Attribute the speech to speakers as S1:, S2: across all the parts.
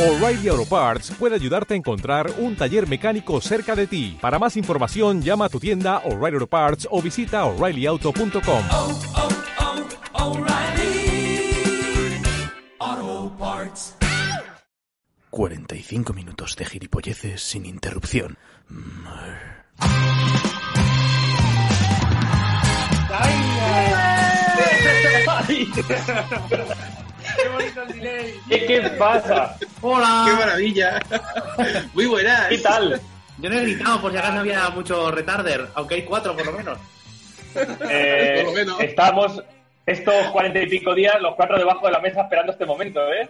S1: O'Reilly Auto Parts puede ayudarte a encontrar un taller mecánico cerca de ti. Para más información, llama a tu tienda O'Reilly Auto Parts o visita oreillyauto.com.
S2: O'Reilly Auto Parts.
S3: 45 minutos de gilipolleces sin interrupción.
S4: ¿Qué, qué pasa?
S5: ¡Hola!
S6: ¡Qué maravilla! Muy ¿eh? buenas.
S4: ¿Qué tal?
S5: Yo no he gritado por si acaso no había mucho retarder, aunque hay cuatro por lo menos.
S4: Eh,
S6: Por lo menos.
S4: estamos estos cuarenta y pico días, los cuatro debajo de la mesa esperando este momento, ¿eh?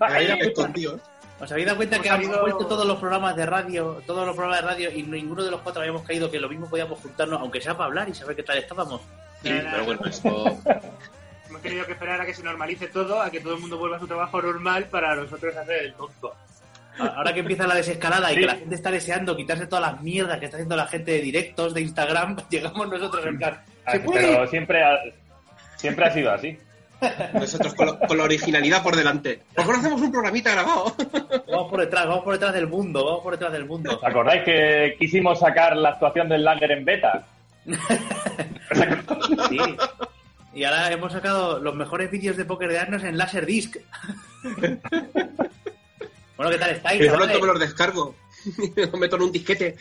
S6: Ahí ¿eh? la escondidos.
S5: ¿Os habéis dado cuenta que
S4: Hemos
S5: habíamos
S4: caído-
S5: puesto todos los programas de radio, todos los programas de radio y ninguno de los cuatro habíamos caído que lo mismo podíamos juntarnos, aunque sea para hablar y saber qué tal estábamos?
S6: Sí, pero bueno, esto.
S7: Hemos tenido que esperar a que se normalice todo, a que todo el mundo vuelva a su trabajo normal para nosotros hacer el tonto.
S5: A- Ahora que empieza la desescalada y
S4: Sí.
S5: que la gente está deseando quitarse todas las mierdas que está haciendo la gente de directos de Instagram, llegamos nosotros en plan.
S4: Ah,
S5: ¿Se
S4: Pero
S5: puede?
S4: siempre ha, siempre ha sido así.
S6: Nosotros con, lo- con la originalidad por delante. ¿Por qué no hacemos un programita grabado?
S5: Vamos por detrás, vamos por detrás del mundo, vamos por detrás del mundo.
S4: ¿Os acordáis que quisimos sacar la actuación del Lager en beta?
S5: Sí. Y ahora hemos sacado los mejores vídeos de póker de Arnos en Laserdisc. bueno, ¿qué tal estáis?
S6: Que yo
S5: chavales?
S6: pronto me los descargo. Los meto en un disquete.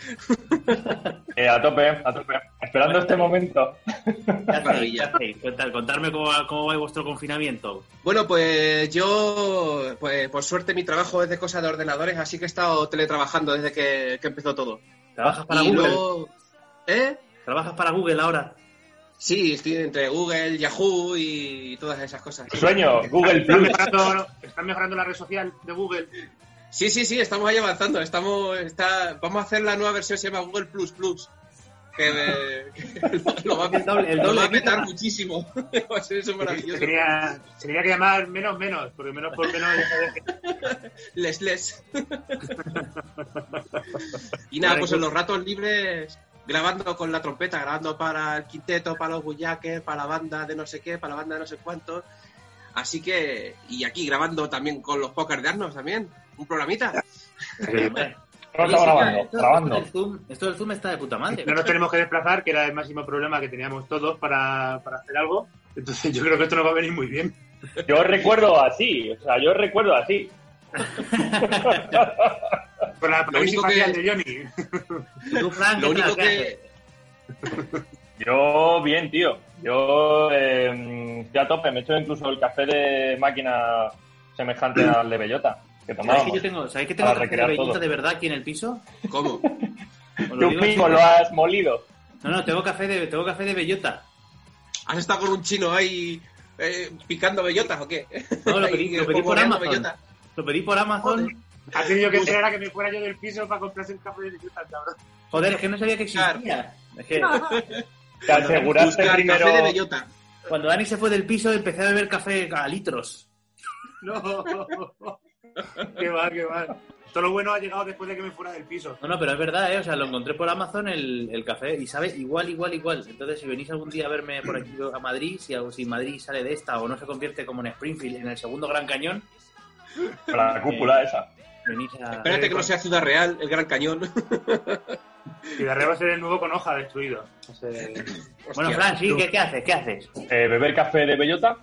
S4: Eh, a tope, a tope. Esperando este momento.
S5: ¿Qué hacéis?
S6: Maravilla.
S5: ¿Qué hacéis? Contad- Contadme cómo va, cómo va vuestro confinamiento.
S6: Bueno, pues yo. Pues por suerte mi trabajo es de cosas de ordenadores, así que he estado teletrabajando desde que, que empezó todo.
S5: ¿Trabajas para
S6: Y
S5: Google?
S6: luego- ¿Eh?
S5: ¿Trabajas para Google ahora?
S6: Sí, estoy entre Google, Yahoo y todas esas cosas.
S4: Sueño, Google
S7: ¿Están
S4: Plus.
S7: mejorando, están mejorando la red social de Google.
S6: Sí, sí, sí, estamos ahí avanzando. Estamos, está, vamos a hacer la nueva versión, se llama Google Plus Plus. Que, eh, que lo, lo va a,
S5: El doble- el
S6: lo
S5: doble
S6: va a petar
S5: clic.
S6: muchísimo. va a ser eso
S7: Se
S6: maravilloso.
S7: tenía, se tenía que llamar menos menos, porque menos por menos ya sabes que
S6: Les, les. y nada, pues en los ratos libres, grabando con la trompeta, grabando para el quinteto, para los guyaques, para la banda de no sé qué, para la banda de no sé cuánto. Así que, y aquí grabando también con los póker de Arnos también, un programita.
S4: No estamos grabando,
S5: Esto-
S4: grabando.
S5: Esto del, Zoom, esto del Zoom está de puta madre.
S7: no nos tenemos que desplazar, que era el máximo problema que teníamos todos para, para hacer algo. Entonces yo creo que esto nos va a venir muy bien.
S4: Yo recuerdo así, o sea, yo recuerdo así.
S7: Con la parálisis
S6: único que-
S7: facial de Johnny.
S5: Tú, Frank,
S6: Lo
S5: ¿qué tal?
S6: único
S5: ¿Qué haces?
S6: que.
S4: Yo bien, tío. Yo eh, ya a tope. Me he hecho incluso el café de máquina semejante al de bellota que
S5: ¿Sabéis que
S4: tomábamos.
S5: yo tengo, ¿sabéis que tengo
S4: Para
S5: que hacer
S4: recrear
S5: bellota
S4: todo.
S5: de verdad aquí en el piso?
S6: ¿Cómo?
S5: Os lo
S4: Tú
S5: digo
S4: mismo
S5: así.
S4: lo has molido.
S5: No, no, tengo café de, tengo café de bellota.
S6: ¿Has estado con un chino ahí eh, picando bellotas o qué?
S5: No, lo
S6: Ahí,
S5: pedí,
S6: eh,
S5: lo pedí por
S6: polvoreando
S5: Amazon.
S6: bellotas.
S5: Lo pedí por Amazon.
S6: Joder.
S7: Ha tenido que esperar a que me fuera yo del piso para comprarse el café de bellota, cabrón.
S5: Joder, es que no sabía que existía. Es que
S4: Te aseguraste
S6: Buscar
S4: primero.
S6: café de bellota.
S5: cuando Dani se fue del piso empecé a beber café a litros.
S7: No. qué mal, qué mal. Todo lo bueno ha llegado después de que me fuera del piso.
S5: No, no, pero es verdad, ¿eh? O sea, lo encontré por Amazon el, el café y sabe igual, igual, igual. Entonces, si venís algún día a verme por aquí a Madrid, si, si Madrid sale de esta o no se convierte como en Springfield, en el segundo Gran Cañón,
S4: La
S5: eh,
S4: cúpula esa.
S5: venís a...
S6: Espérate
S4: Eh,
S6: que no sea Ciudad Real, el Gran Cañón.
S7: Y de arriba va a ser el nuevo con hoja destruido. O sea,
S5: Bueno,
S6: Hostia.
S5: Fran, sí, ¿qué, qué haces? ¿Qué haces?
S4: Eh, beber café de bellota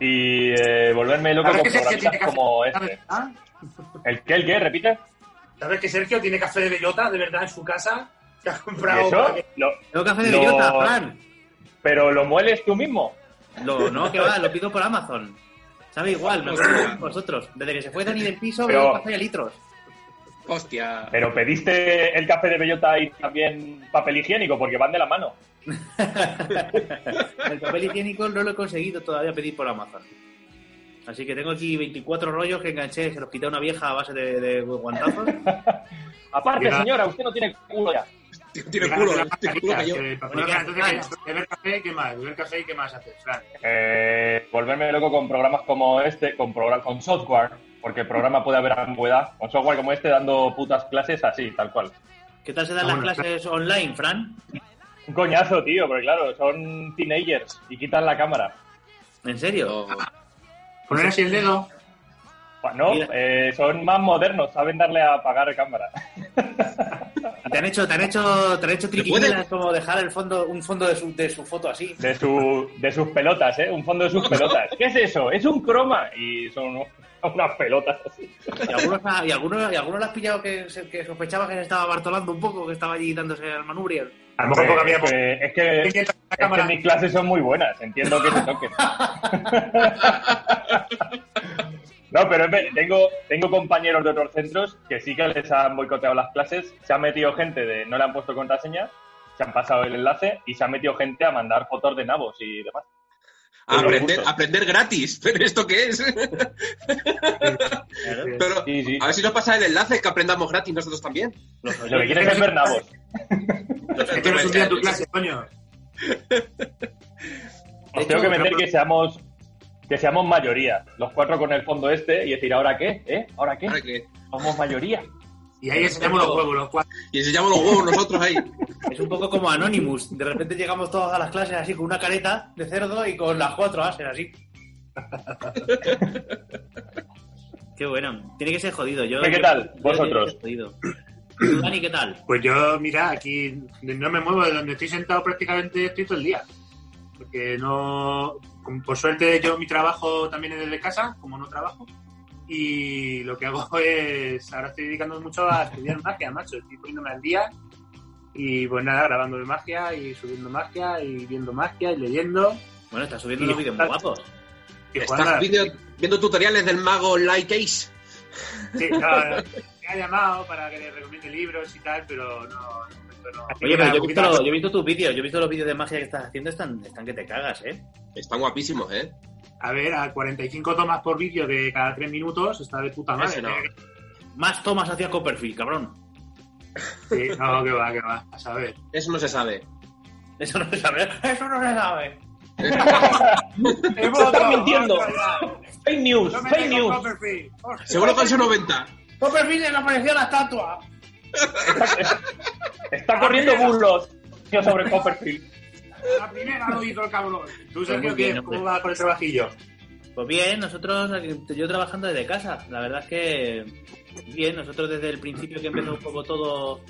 S4: y eh, volverme loco
S7: Ahora
S4: con
S7: que se- que tiene
S4: programitas
S7: café.
S4: como este.
S7: ¿Ah?
S4: ¿El qué? ¿El qué? ¿Repite?
S7: ¿Sabes que Sergio tiene café de bellota de verdad en su casa? Que ha
S4: ¿Y
S7: comprado.
S4: eso?
S7: para que-
S4: Lo-
S5: Tengo café de
S4: No.
S5: bellota, Fran.
S4: ¿Pero lo mueles tú mismo?
S5: No, no, que va, lo pido por Amazon. Sabe igual, me acuerdo de vosotros. Desde que se fue Dani del piso,
S4: Pero-
S5: bebo café a litros.
S6: Hostia.
S4: ¿Pero pediste el café de bellota y también papel higiénico? Porque van de la mano.
S5: El papel higiénico no lo he conseguido todavía pedir por Amazon. Así que tengo aquí 24 rollos que enganché, se los quité a una vieja a base de, de guantazos.
S4: Aparte,
S7: Mira.
S4: señora, usted no tiene culo ya.
S6: Tiene
S7: Llegaron
S6: culo,
S7: las
S6: tiene culo que yo.
S7: mascarillas, que-
S5: Bueno,
S7: Fran,
S5: que-
S7: entonces, beber café, ¿qué más? Beber café y qué más haces, Fran.
S4: Eh, volverme loco con programas como este, con, progra- con software, porque el programa puede haber ambigüedad, con software como este dando putas clases así, tal cual.
S5: ¿Qué tal se dan las
S7: Bueno,
S5: clases online, Fran?
S4: Un coñazo, tío, porque claro, son teenagers y quitan la cámara.
S5: ¿En serio?
S6: Pero-
S7: Poner así el dedo.
S4: Pa- No,
S5: Mira.
S4: eh, son más modernos, saben darle a apagar cámara.
S5: Te han hecho, te han hecho, te han hecho triquiñuelas
S6: puede?
S5: como dejar el fondo, un fondo de su, de su foto así.
S4: De, su, de sus pelotas, ¿eh? Un fondo de sus pelotas. ¿Qué es eso? Es un croma. Y son u- unas pelotas así.
S5: Y algunos, ha- y algunos, y algunos lo has pillado que, se- que sospechaba que se estaba bartolando un poco, que estaba allí dándose al manubrio.
S7: A lo mejor no
S4: Eh,
S7: cambiamos.
S4: eh, es que, es
S7: Tiene la
S4: que
S7: cámara.
S4: mis clases son muy buenas, entiendo que se toquen. No, pero es ver- tengo, tengo compañeros de otros centros que sí que les han boicoteado las clases, se ha metido gente de no le han puesto contraseña, se han pasado el enlace y se ha metido gente a mandar fotos de nabos y demás. Pero
S6: Aprender,
S4: justo.
S6: aprender gratis. ¿Pero esto qué es? Pero
S4: Sí, sí.
S6: a ver si nos pasa el enlace que aprendamos gratis nosotros también.
S4: Lo que quieres es ver nabos.
S7: Que tú no un día en tu clase, coño.
S4: Os tengo que meter que seamos que seamos mayoría, los cuatro con el fondo este y decir, ¿ahora qué? ¿Eh? ¿Ahora qué?
S6: Ahora que-
S4: Somos mayoría.
S7: Y ahí enseñamos los huevos, los cuatro.
S6: Y enseñamos los huevos nosotros ahí.
S5: Es un poco como Anonymous. De repente llegamos todos a las clases así con una careta de cerdo y con las cuatro ases así. Qué bueno. Tiene que ser jodido. Yo,
S4: ¿Qué
S5: yo-
S4: tal?
S5: yo-
S4: Vosotros.
S5: yo- yo- yo- jodido. Dani, ¿qué tal?
S7: Pues yo, mira, aquí no me muevo de donde estoy sentado prácticamente estoy todo el día. Porque no. con- Por suerte, yo mi trabajo también es desde casa, como no trabajo. Y lo que hago es. Ahora estoy dedicando mucho a estudiar magia, macho. Estoy poniéndome al día. Y pues nada, grabando de magia y subiendo magia y viendo magia y leyendo.
S5: Bueno, estás subiendo
S7: Y-
S5: unos vídeos muy guapos.
S7: Y jugando
S6: Estás
S7: a la-
S6: viendo, viendo tutoriales del mago Like Ace.
S7: Sí, no, no, me ha llamado para que le recomiende libros y tal, pero no. de momento no.
S5: Oye, pero yo he visto,
S7: Poquito-
S5: yo he visto tus vídeos. Yo he visto los vídeos de magia que estás haciendo. Están, están que te cagas, ¿eh?
S6: Están guapísimos, ¿eh?
S7: A ver, a 45 tomas por vídeo de cada 3 minutos está de puta madre.
S6: Ese no.
S5: Más tomas hacia Copperfield, cabrón.
S7: Sí, no, que va, que va. A saber.
S6: Eso no se sabe.
S5: Eso no se sabe. Eso no se sabe.
S4: está mintiendo. Fake news,
S7: No me
S4: fake
S7: tengo
S4: news.
S7: Copperfield. Hostia.
S6: Seguro que son 90.
S5: Copperfield se le apareció la estatua.
S4: Está corriendo burlos tío, sobre Copperfield.
S7: La primera lo hizo el cabrón. Tú, Sergio,
S5: Pues muy bien,
S7: ¿qué?
S5: hombre.
S7: ¿cómo va con el trabajillo?
S5: Pues bien, nosotros, yo trabajando desde casa, la verdad es que bien, nosotros desde el principio que empezó un poco todo,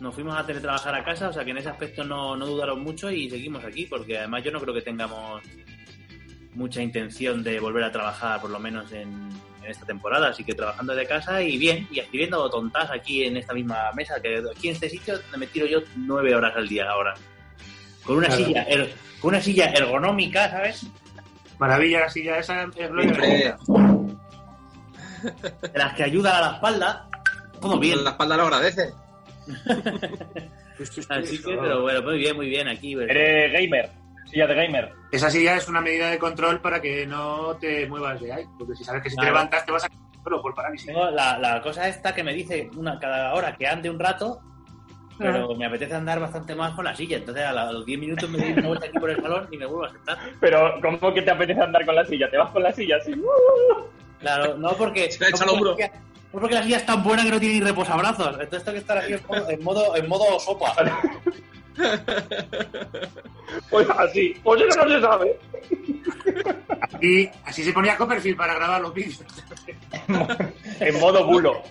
S5: nos fuimos a teletrabajar a casa, o sea que en ese aspecto no, no dudaron mucho y seguimos aquí, porque además yo no creo que tengamos mucha intención de volver a trabajar, por lo menos en, en esta temporada, así que trabajando desde casa y bien, y escribiendo tontas aquí en esta misma mesa, que aquí en este sitio me tiro yo nueve horas al día ahora, con una,
S7: Claro.
S5: silla, er- con una silla ergonómica, ¿sabes?
S7: Maravilla, la silla esa es lo que
S6: Hombre,
S5: de las que ayudan a la espalda, todo bien.
S6: La espalda lo agradece.
S7: Pues,
S5: Así
S7: oh.
S5: que, pero bueno, muy bien, muy bien aquí. pues.
S4: Eres gamer, silla de gamer.
S7: Esa silla es una medida de control para que no te muevas de ahí. Porque si sabes que si te
S5: Claro.
S7: levantas te vas a caer solo por parálisis.
S5: Tengo la, la cosa esta que me dice una cada hora que ande un rato, pero me apetece andar bastante más con la silla. Entonces a, la- a los 10 minutos me doy una vuelta aquí por el salón y me vuelvo a sentar.
S4: Pero, ¿cómo que te apetece andar con la silla? ¿Te vas con la silla? Sí.
S5: Claro, no porque.
S6: Se le ha echado
S5: no
S6: el hombro.
S5: porque la silla- No porque la silla es tan buena que no tiene ni reposabrazos. Entonces tengo que estar aquí en modo, en modo, en modo sopa.
S4: Pues así. Pues eso no se sabe.
S7: Y así se ponía Copperfield para grabar los vídeos.
S4: En modo bulo.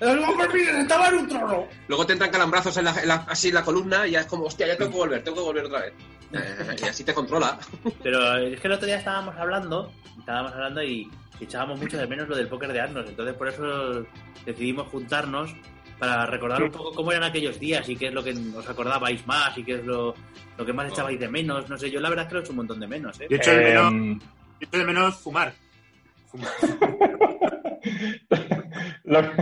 S5: ¡El hombre pide, estaba en un trono!
S6: Luego te entran calambrazos en la, en la- así en la columna y ya es como, hostia, ya tengo que volver, tengo que volver otra vez. Eh, Y así te controla.
S5: Pero es que el otro día estábamos hablando, estábamos hablando y echábamos mucho de menos lo del póker de Arnos, entonces por eso decidimos juntarnos para recordar un poco cómo eran aquellos días y qué es lo que os acordabais más y qué es lo, lo que
S4: Ah.
S5: más echabais de menos. No sé, yo la verdad es que lo he hecho un montón de menos, ¿eh?
S7: Yo echo de menos,
S4: Em,
S7: yo echo de menos fumar. Fumar.
S4: lo-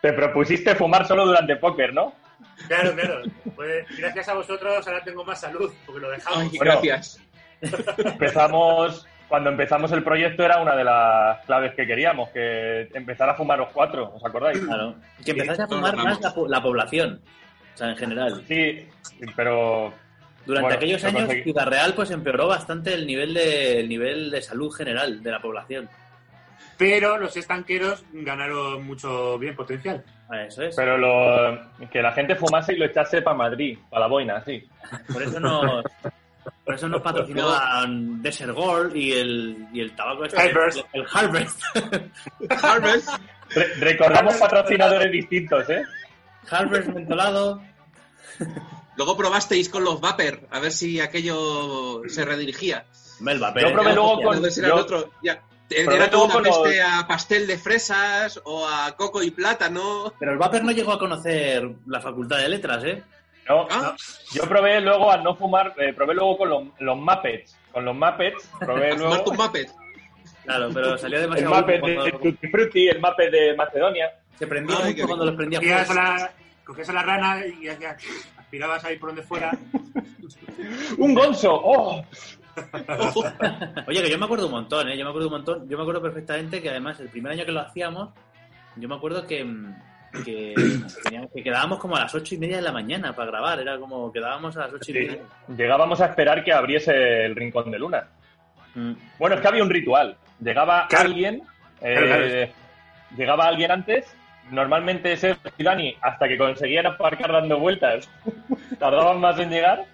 S4: te propusiste fumar solo durante póker, ¿no?
S7: Claro, claro. Pues gracias a vosotros ahora tengo más salud, porque lo dejamos.
S6: Ay,
S4: bueno.
S6: gracias.
S4: Empezamos, cuando empezamos el proyecto era una de las claves que queríamos, que empezar a fumar los cuatro, ¿os acordáis?
S5: Claro. Que empezase a
S6: todos
S5: fumar
S6: los
S5: más
S6: ramos.
S5: la, po- la población, o sea, en general.
S4: Sí, pero
S5: Durante
S4: Bueno,
S5: aquellos
S4: lo
S5: años,
S4: conseguí.
S5: Ciudad Real pues empeoró bastante el nivel de, el nivel de salud general de la población.
S7: Pero los estanqueros ganaron mucho bien potencial.
S5: Eso es.
S4: pero lo, que la gente fumase y lo echase para Madrid, para la boina, sí.
S5: Por eso nos, por eso nos patrocinaban Desert Gold y el, y el tabaco este,
S7: Harvest.
S5: El Harvest.
S6: Harvest,
S4: Re- recordamos patrocinadores distintos, ¿eh?
S5: Harvest mentolado.
S6: luego probasteis con los Vapor, a ver si aquello se redirigía.
S5: Melba,
S4: Yo probé luego con-
S6: Entonces era
S4: yo-
S6: el otro. ya.
S4: Pero
S6: Era toda
S4: no tuvo
S6: una
S4: con
S6: peste a pastel de fresas o a coco y plátano.
S5: Pero el Vapor no llegó a conocer la facultad de letras, ¿eh?
S4: No,
S6: Ah.
S4: Yo probé luego a no fumar, eh, probé luego con los, los Muppets. Con los Muppets, probé
S6: A fumar
S4: luego
S6: con Muppet.
S5: Claro, pero salió
S4: el
S5: demasiado.
S4: Muppet
S5: cuando-
S4: de Tutti Frutti, el Muppet de Macedonia.
S5: Se prendía
S6: Ay,
S5: mucho
S6: qué
S5: cuando
S6: rico.
S5: los prendía
S7: Cogías a
S5: fuego.
S7: la, cogías a la rana y ya- ya aspirabas ahí por donde fuera.
S4: ¡Un gonzo! ¡Oh!
S6: Ojo.
S5: Oye, que yo me acuerdo un montón, ¿eh? Yo me acuerdo un montón. Yo me acuerdo perfectamente que además el primer año que lo hacíamos, yo me acuerdo que, mm, que, teníamos- que quedábamos como a las ocho y media de la mañana para grabar. Era como quedábamos a las ocho y
S4: Sí.
S5: media.
S4: Llegábamos a esperar que abriese el rincón de luna.
S5: Mm.
S4: Bueno, es que había un ritual. Llegaba
S7: Claro.
S4: alguien, eh,
S7: Claro, claro.
S4: llegaba alguien antes. Normalmente ese Tirani, hasta que conseguían aparcar dando vueltas, tardaban más en llegar.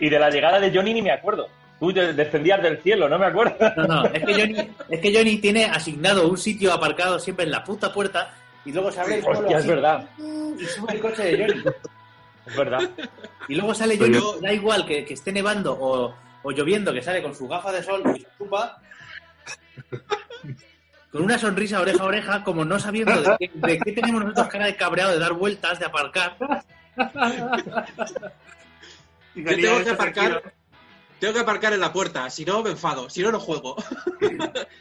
S4: Y de la llegada de Johnny ni me acuerdo. Tú de- descendías del cielo, no me acuerdo.
S5: No, no, es que, Johnny, es que Johnny tiene asignado un sitio aparcado siempre en la puta puerta y luego se abre el suelo
S4: Hostia, es
S5: así,
S4: verdad,
S5: y sube el coche de Johnny.
S4: es verdad.
S5: Y luego sale
S6: Pero
S5: Johnny,
S6: yo-
S5: da igual que, que esté nevando o, o lloviendo, que sale con sus gafas de sol y su chupa. Con una sonrisa oreja a oreja, como no sabiendo de qué, de qué tenemos nosotros cara de cabreado, de dar vueltas, de aparcar.
S7: Y
S6: Yo tengo que
S7: esto
S6: aparcar.
S7: tranquilo.
S6: Tengo que aparcar en la puerta, si no me enfado, si no no juego.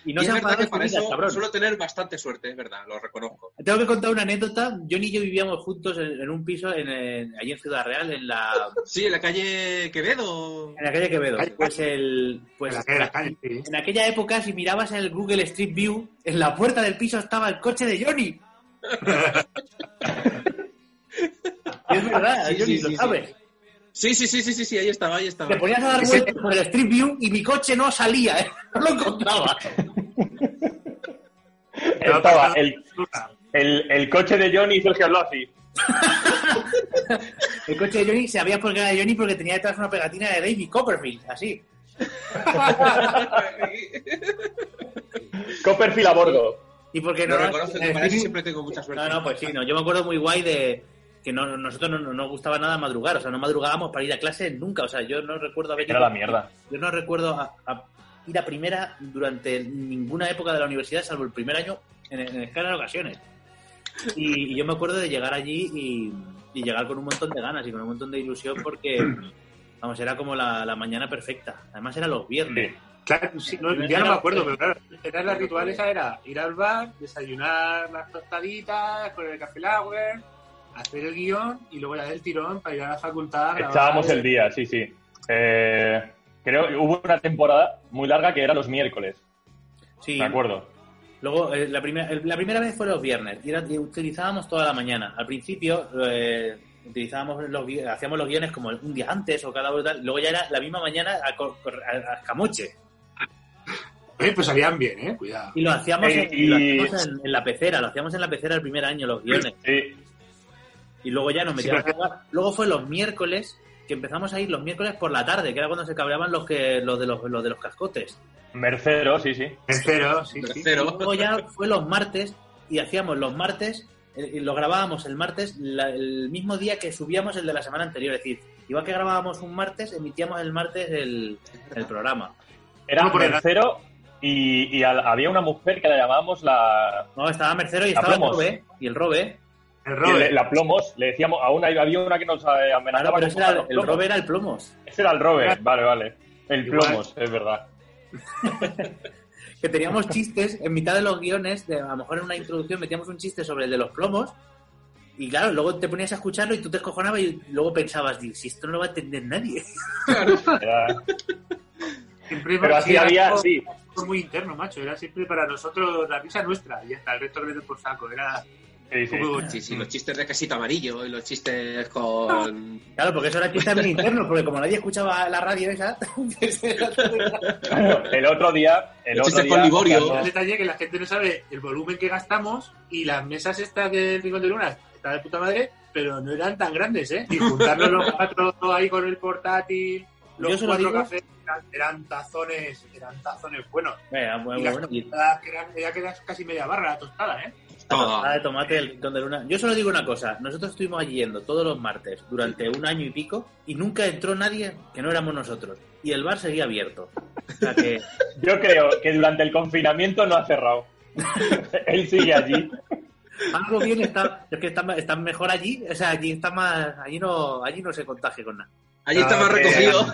S5: Y
S6: Y,
S5: no se
S6: es
S5: ha
S6: verdad
S5: enfadado
S6: que
S5: en su
S6: para
S5: vida,
S6: eso
S5: cabrón.
S6: suelo tener bastante suerte, es verdad, lo reconozco.
S5: Tengo que contar una anécdota. Johnny y yo vivíamos juntos en, en un piso en, en- allí en Ciudad Real, en la,
S6: Sí, en la calle Quevedo.
S5: en la calle Quevedo.
S7: Calle-
S5: Pues el. Pues
S7: En la calle, en la calle, sí.
S5: En aquella época, si mirabas el Google Street View, en la puerta del piso estaba el coche de Johnny. Y es verdad,
S6: Sí,
S5: Johnny,
S6: sí,
S5: lo
S6: sí,
S5: sabes.
S6: Sí, sí, sí, sí, sí, sí, ahí estaba, ahí estaba.
S5: Te ponías a dar
S7: Ese-
S5: vueltas por el Street View y mi coche no salía, ¿eh? No lo encontraba.
S4: Estaba el,
S7: Nunca.
S4: el- el coche de Johnny y Sergio Lozzi.
S5: El coche de Johnny se había porque era de Johnny porque tenía detrás una pegatina de David Copperfield, así.
S4: Copperfield a bordo.
S5: Y porque
S6: Lo
S5: no,
S6: reconozco, que para eso siempre tengo mucha suerte.
S5: No, no, pues sí, no. Yo me acuerdo muy guay de que no- nosotros no, no nos gustaba nada madrugar, o sea, no madrugábamos para ir a clase nunca, o sea, yo no recuerdo haber
S4: Era
S5: ido-
S4: la mierda.
S5: Yo no recuerdo a- a ir a primera durante ninguna época de la universidad, salvo el primer año, en, en escasas ocasiones. Y, y yo me acuerdo de llegar allí y, y llegar con un montón de ganas y con un montón de ilusión porque, vamos, era como la, la mañana perfecta. Además, era los viernes.
S4: Sí.
S7: Claro, sí, no,
S5: Primero
S7: ya no me
S5: era-
S7: acuerdo, pero claro, era la ritual esa era ir al bar, desayunar las tostaditas con el café lager, hacer el guión y luego ya del tirón para ir a la facultad. grabar.
S4: Echábamos el día, sí, sí. Eh, creo que hubo una temporada muy larga que era los miércoles,
S5: Sí,
S4: me acuerdo.
S5: Luego, eh, la, primera la primera vez fue los viernes y, era- y utilizábamos toda la mañana. Al principio eh, utilizábamos los, gui- hacíamos los guiones como un día antes o cada hora. tal. Luego ya era la misma mañana a, co- cor- a- a escamoche.
S7: Eh, pues salían bien, eh, cuidado.
S5: Y lo hacíamos,
S4: Eh,
S5: en, y lo
S4: y-
S5: hacíamos en- en la pecera, lo hacíamos en la pecera el primer año, los guiones.
S4: Sí,
S5: Y luego ya nos
S7: Sí,
S5: metíamos a jugar. Luego fue los miércoles, que empezamos a ir los miércoles por la tarde, que era cuando se cabreaban los, que, los, de, los, los de los cascotes.
S4: Mercero, sí, sí.
S7: Tercero, sí, sí.
S6: Tercero.
S5: Luego ya fue los martes y hacíamos los martes, eh, y lo grabábamos el martes la- el mismo día que subíamos el de la semana anterior. Es decir, igual que grabábamos un martes, emitíamos el martes el, el programa.
S4: Era
S7: No, por
S4: Mercero y, y al- había una mujer que la llamábamos la,
S5: No, estaba Mercero y estaba el
S4: Hablamos.
S5: Robe. Y el Robe.
S7: El
S4: y
S7: Robert.
S4: el- la Plomos. Le decíamos, a una, había una que nos eh,
S5: Claro,
S4: amenazaba
S5: pero
S4: con
S5: ese era el,
S4: los
S5: el
S4: plomos.
S5: Robe era el Plomos.
S4: Ese era el Robert, vale, vale. El
S7: Igual.
S4: Plomos, es verdad.
S5: Que teníamos chistes en mitad de los guiones, de, a lo mejor en una introducción metíamos un chiste sobre el de los plomos. Y claro, luego te ponías a escucharlo y tú te escojonabas y luego pensabas, "Di, si esto no lo va a entender nadie.
S4: Era-
S7: Siempre
S4: pero así había-
S7: algo
S4: sí.
S7: muy interno, macho. Era siempre para nosotros la risa nuestra y ya está, el resto que le den por saco. Era
S4: sí, sí.
S7: muy
S6: Sí, sí, los chistes de casito amarillo y los chistes con...
S5: Claro, porque eso era chiste también interno, porque como nadie escuchaba la radio esa, pues,
S4: Claro, el otro día. El
S6: Los
S4: otro
S6: chistes
S4: día
S6: con Liborio.
S4: o sea,
S7: El
S4: no-
S7: detalle que la gente no sabe el volumen que gastamos y las mesas estas del Rincón de Luna están de puta madre, pero no eran tan grandes, ¿eh? Y juntarnos los cuatro ahí con el portátil Los
S5: Yo se lo
S7: cuatro
S5: digo-
S7: cafés eran, eran tazones, eran tazones buenos.
S5: Venga, muy
S7: y las
S5: bueno. Y
S7: tostadas que eran, era que era casi media barra la tostada, ¿eh?
S5: la
S6: Todo.
S5: Ah, de tomate del rincón de luna. Yo solo digo una cosa. Nosotros estuvimos allí yendo todos los martes durante un año y pico y nunca entró nadie que no éramos nosotros. Y el bar seguía abierto. O sea que...
S4: Yo creo que durante el confinamiento no ha cerrado. Él sigue allí.
S5: Algo bien está, es que están están mejor allí, o sea, allí está más, allí no, allí no se contagia con nada.
S6: Allí estaba
S7: Ah, que-
S6: recogido.